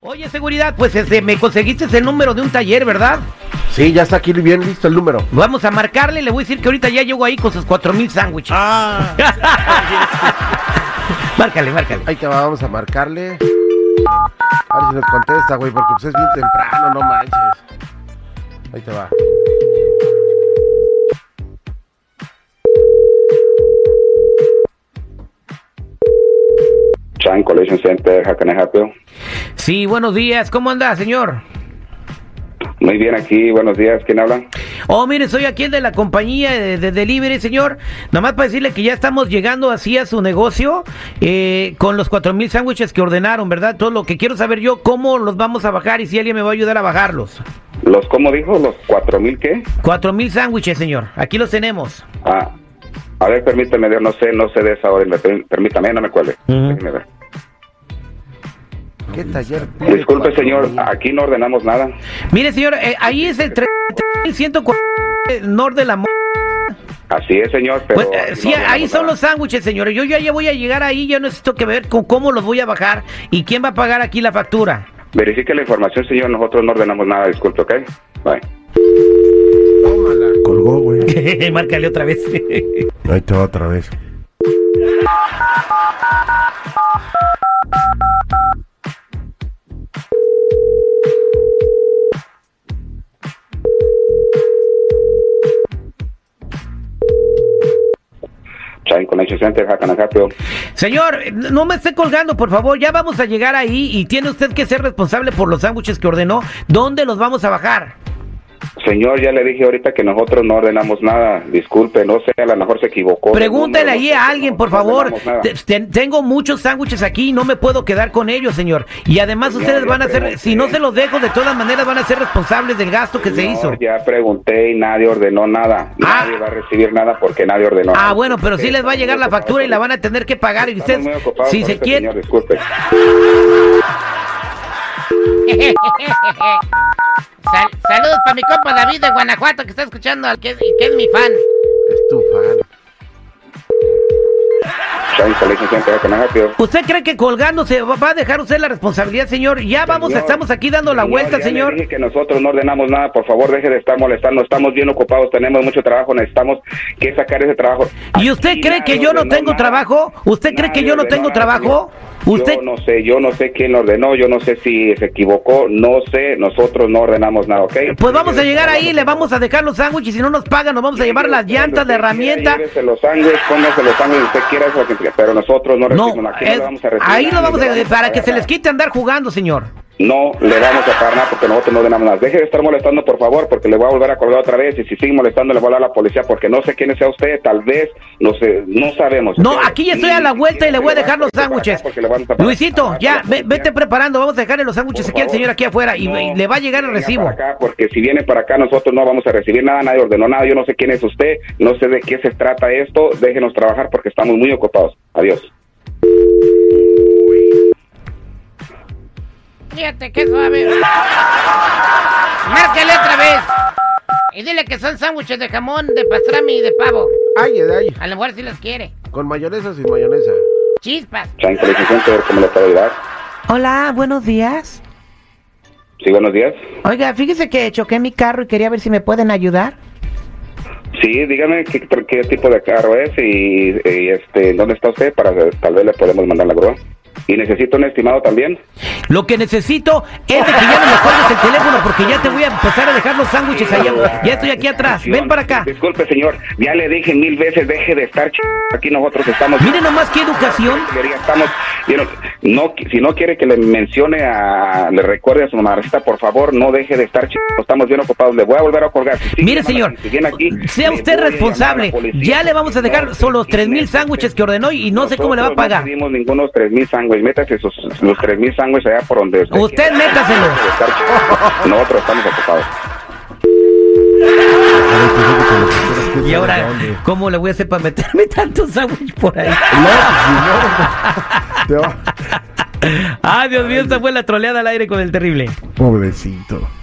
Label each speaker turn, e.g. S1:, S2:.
S1: Oye, seguridad, pues este, me conseguiste el número de un taller, ¿verdad?
S2: Sí, ya está aquí bien listo el número.
S1: Vamos a marcarle, le voy a decir que ahorita ya llego ahí con sus cuatro mil sándwiches.
S3: Ah,
S1: Márcale, márcale.
S2: Ahí te va, vamos a marcarle. A ver si nos contesta, güey, porque pues es bien temprano, no manches. Ahí te va.
S4: Chan Collision Center, how can I help you?
S1: Sí, buenos días, ¿cómo anda, señor?
S4: Muy bien aquí, buenos días, ¿quién habla?
S1: Oh, mire, soy aquí el de la compañía de, de delivery, señor. Nomás para decirle que ya estamos llegando así a su negocio eh, con los cuatro mil sándwiches que ordenaron, ¿verdad? Todo lo que quiero saber yo, cómo los vamos a bajar y si alguien me va a ayudar a bajarlos.
S4: ¿Los, cómo dijo? ¿Los cuatro mil qué?
S1: Cuatro mil sándwiches, señor. Aquí los tenemos.
S4: Ah, a ver, permítame, Dios, no sé, no sé de esa orden, per- permítame, no me cuelgue.
S1: Ujú.
S4: Déjeme ver.
S2: ¿Qué taller? pide
S4: Disculpe,
S2: cuatro
S4: señor,
S2: mil?
S4: aquí no ordenamos nada.
S1: Mire, señor, eh, ahí es el 3140 norte de la... Mo-
S4: Así es, señor, pero...
S1: Pues, eh,
S4: aquí no
S1: sí, ahí
S4: ordenamos
S1: son
S4: nada.
S1: los sándwiches, señor. Yo ya, ya voy a llegar ahí, ya necesito que ver con cómo los voy a bajar y quién va a pagar aquí la factura.
S4: Verifique la información, señor, nosotros no ordenamos nada, disculpe, ¿ok? Bye.
S2: Tómala. Colgó, güey.
S1: Márcale otra vez.
S2: Ahí te va otra vez.
S4: Chan Collision Center, how can I help you?
S1: señor, eh, no me esté colgando, por favor. Ya vamos a llegar ahí y tiene usted que ser responsable por los sándwiches que ordenó. ¿Dónde los vamos a bajar?
S4: Señor, ya le dije ahorita que nosotros no ordenamos nada, disculpe, no sé, a lo mejor se equivocó.
S1: Pregúntale
S4: No, no, no
S1: ahí
S4: sé,
S1: a alguien,
S4: no-
S1: por
S4: no
S1: favor.
S4: ordenamos nada.
S1: Te- te- tengo muchos sándwiches aquí y no me puedo quedar con ellos, señor. Y además
S4: Señor,
S1: ustedes
S4: ya
S1: van a ser,
S4: pregunté.
S1: si no se los dejo, de todas maneras van a ser responsables del gasto que se
S4: No,
S1: hizo.
S4: Ya pregunté y nadie ordenó nada.
S1: Ah.
S4: Nadie va a recibir nada porque nadie ordenó nada.
S1: Ah, bueno, pero sí les va a llegar la factura y la van a tener que pagar. Y ustedes, si se
S4: quiere.
S1: quieren,
S4: este disculpe.
S5: Sal- saludos para mi compa David de Guanajuato que está escuchando al que es, que es mi fan.
S2: Estufala.
S4: Shine Collection Center, how can I help you?
S1: ¿usted cree que colgándose va va a dejar usted la responsabilidad, señor? Ya vamos,
S4: Señor,
S1: estamos aquí dando la
S4: señor,
S1: vuelta,
S4: ya
S1: señor.
S4: le dije que nosotros no ordenamos nada. Por favor, deje de estar molestando. Estamos bien ocupados, tenemos mucho trabajo, necesitamos que sacar ese trabajo.
S1: ¿Y usted
S4: Aquí
S1: cree que
S4: nadie
S1: yo no
S4: ordenó
S1: tengo
S4: nada.
S1: trabajo? ¿Usted cree que
S4: Nadie
S1: yo no
S4: ordenó
S1: tengo
S4: nada,
S1: trabajo?
S4: señor.
S1: ¿Usted
S4: Yo no sé, yo no sé quién lo ordenó, yo no sé si se equivocó, no sé, nosotros no ordenamos nada, ¿ok?
S1: Pues vamos a llegar ahí, le vamos a dejar los sándwiches, si no nos pagan nos vamos a llevar las llantas, la herramienta.
S4: Llévese los sándwiches, póngase los sándwiches, usted quiera, eso que- pero nosotros no
S1: No,
S4: recibimos, aquí no
S1: es-
S4: le vamos a recibir
S1: ahí
S4: nada,
S1: lo vamos
S4: ni le
S1: a... Para que
S4: pagar
S1: se les
S4: nada.
S1: quite andar jugando, señor.
S4: No le vamos a pagar nada porque nosotros no ordenamos nada. Deje de estar molestando, por favor, porque le voy a volver a colgar otra vez y si sigue molestando le voy a hablar a la policía porque no sé quién sea usted, tal vez, no sé, no sabemos.
S1: No,
S4: ¿ok?
S1: aquí ya estoy
S4: Ni
S1: a la vuelta y le
S4: siquiera
S1: voy a
S4: se
S1: dejar los
S4: para acá
S1: sándwiches.
S4: porque le van a tapar- Ah,
S1: Luisito,
S4: a-
S1: ya,
S4: a-
S1: ve- vete preparando, vamos a dejarle los
S4: Por
S1: sándwiches aquí al
S4: favor.
S1: señor aquí afuera y,
S4: No,
S1: y le va a llegar el
S4: venga
S1: recibo.
S4: para acá, porque si viene para acá, nosotros no vamos a recibir nada, nadie ordenó nada. Yo no sé quién es usted, no sé de qué se trata esto. Déjenos trabajar porque estamos muy ocupados. Adiós.
S5: Fíjate qué suave. Márcale otra vez. Y dile que son sándwiches de jamón, de pastrami y de pavo.
S2: Ay, ay, ay.
S5: A lo mejor si los quiere.
S2: Con mayonesa o sin mayonesa.
S5: Chispas.
S4: Chan Collision Center, ¿cómo le puedo ayudar?
S6: Hola, buenos días.
S4: Sí, buenos días.
S6: Oiga, fíjese que choqué mi carro y quería ver si me pueden ayudar.
S4: Sí, dígame qué, qué tipo de carro es y, y, este dónde está usted para tal vez le podemos mandar la grúa. Y necesito un estimado también.
S1: Lo que necesito es de que ya no me cuelgues el teléfono porque ya te voy a empezar a dejar los sándwiches allá. Ya estoy aquí atrás, ven para acá.
S4: Ah, Disculpe, señor, ya le dije mil veces, deje de estar ch... aquí nosotros estamos.
S1: Mire nomás qué educación.
S4: Quería, Estamos, you know, no, qui- si no quiere que le mencione a, le recuerde a su mamacita, por favor, no deje de estar ch- estamos bien ocupados, le voy a volver a colgar. Si sigue
S1: Mire,
S4: llamando,
S1: señor,
S4: si viene aquí,
S1: sea
S4: le
S1: usted
S4: voy a
S1: responsable.
S4: llamar a la policía.
S1: Ya le vamos a dejar
S4: No,
S1: solo los
S4: sí,
S1: 3 mil
S4: métase.
S1: sándwiches que ordenó y no sé cómo le va a
S4: Nosotros
S1: pagar.
S4: No pedimos ningunos tres mil sándwiches. Métase sus, los tres mil sándwiches allá por donde usted.
S1: Usted
S4: quiera.
S1: métaselo.
S4: Nosotros estamos ocupados.
S2: pues,
S1: Y ahora, ¿cómo le voy a hacer para meterme tantos sándwiches por ahí?
S2: No, no. Te va-
S1: Ah, Dios mío, esta fue la troleada al aire con el terrible.
S2: Pobrecito.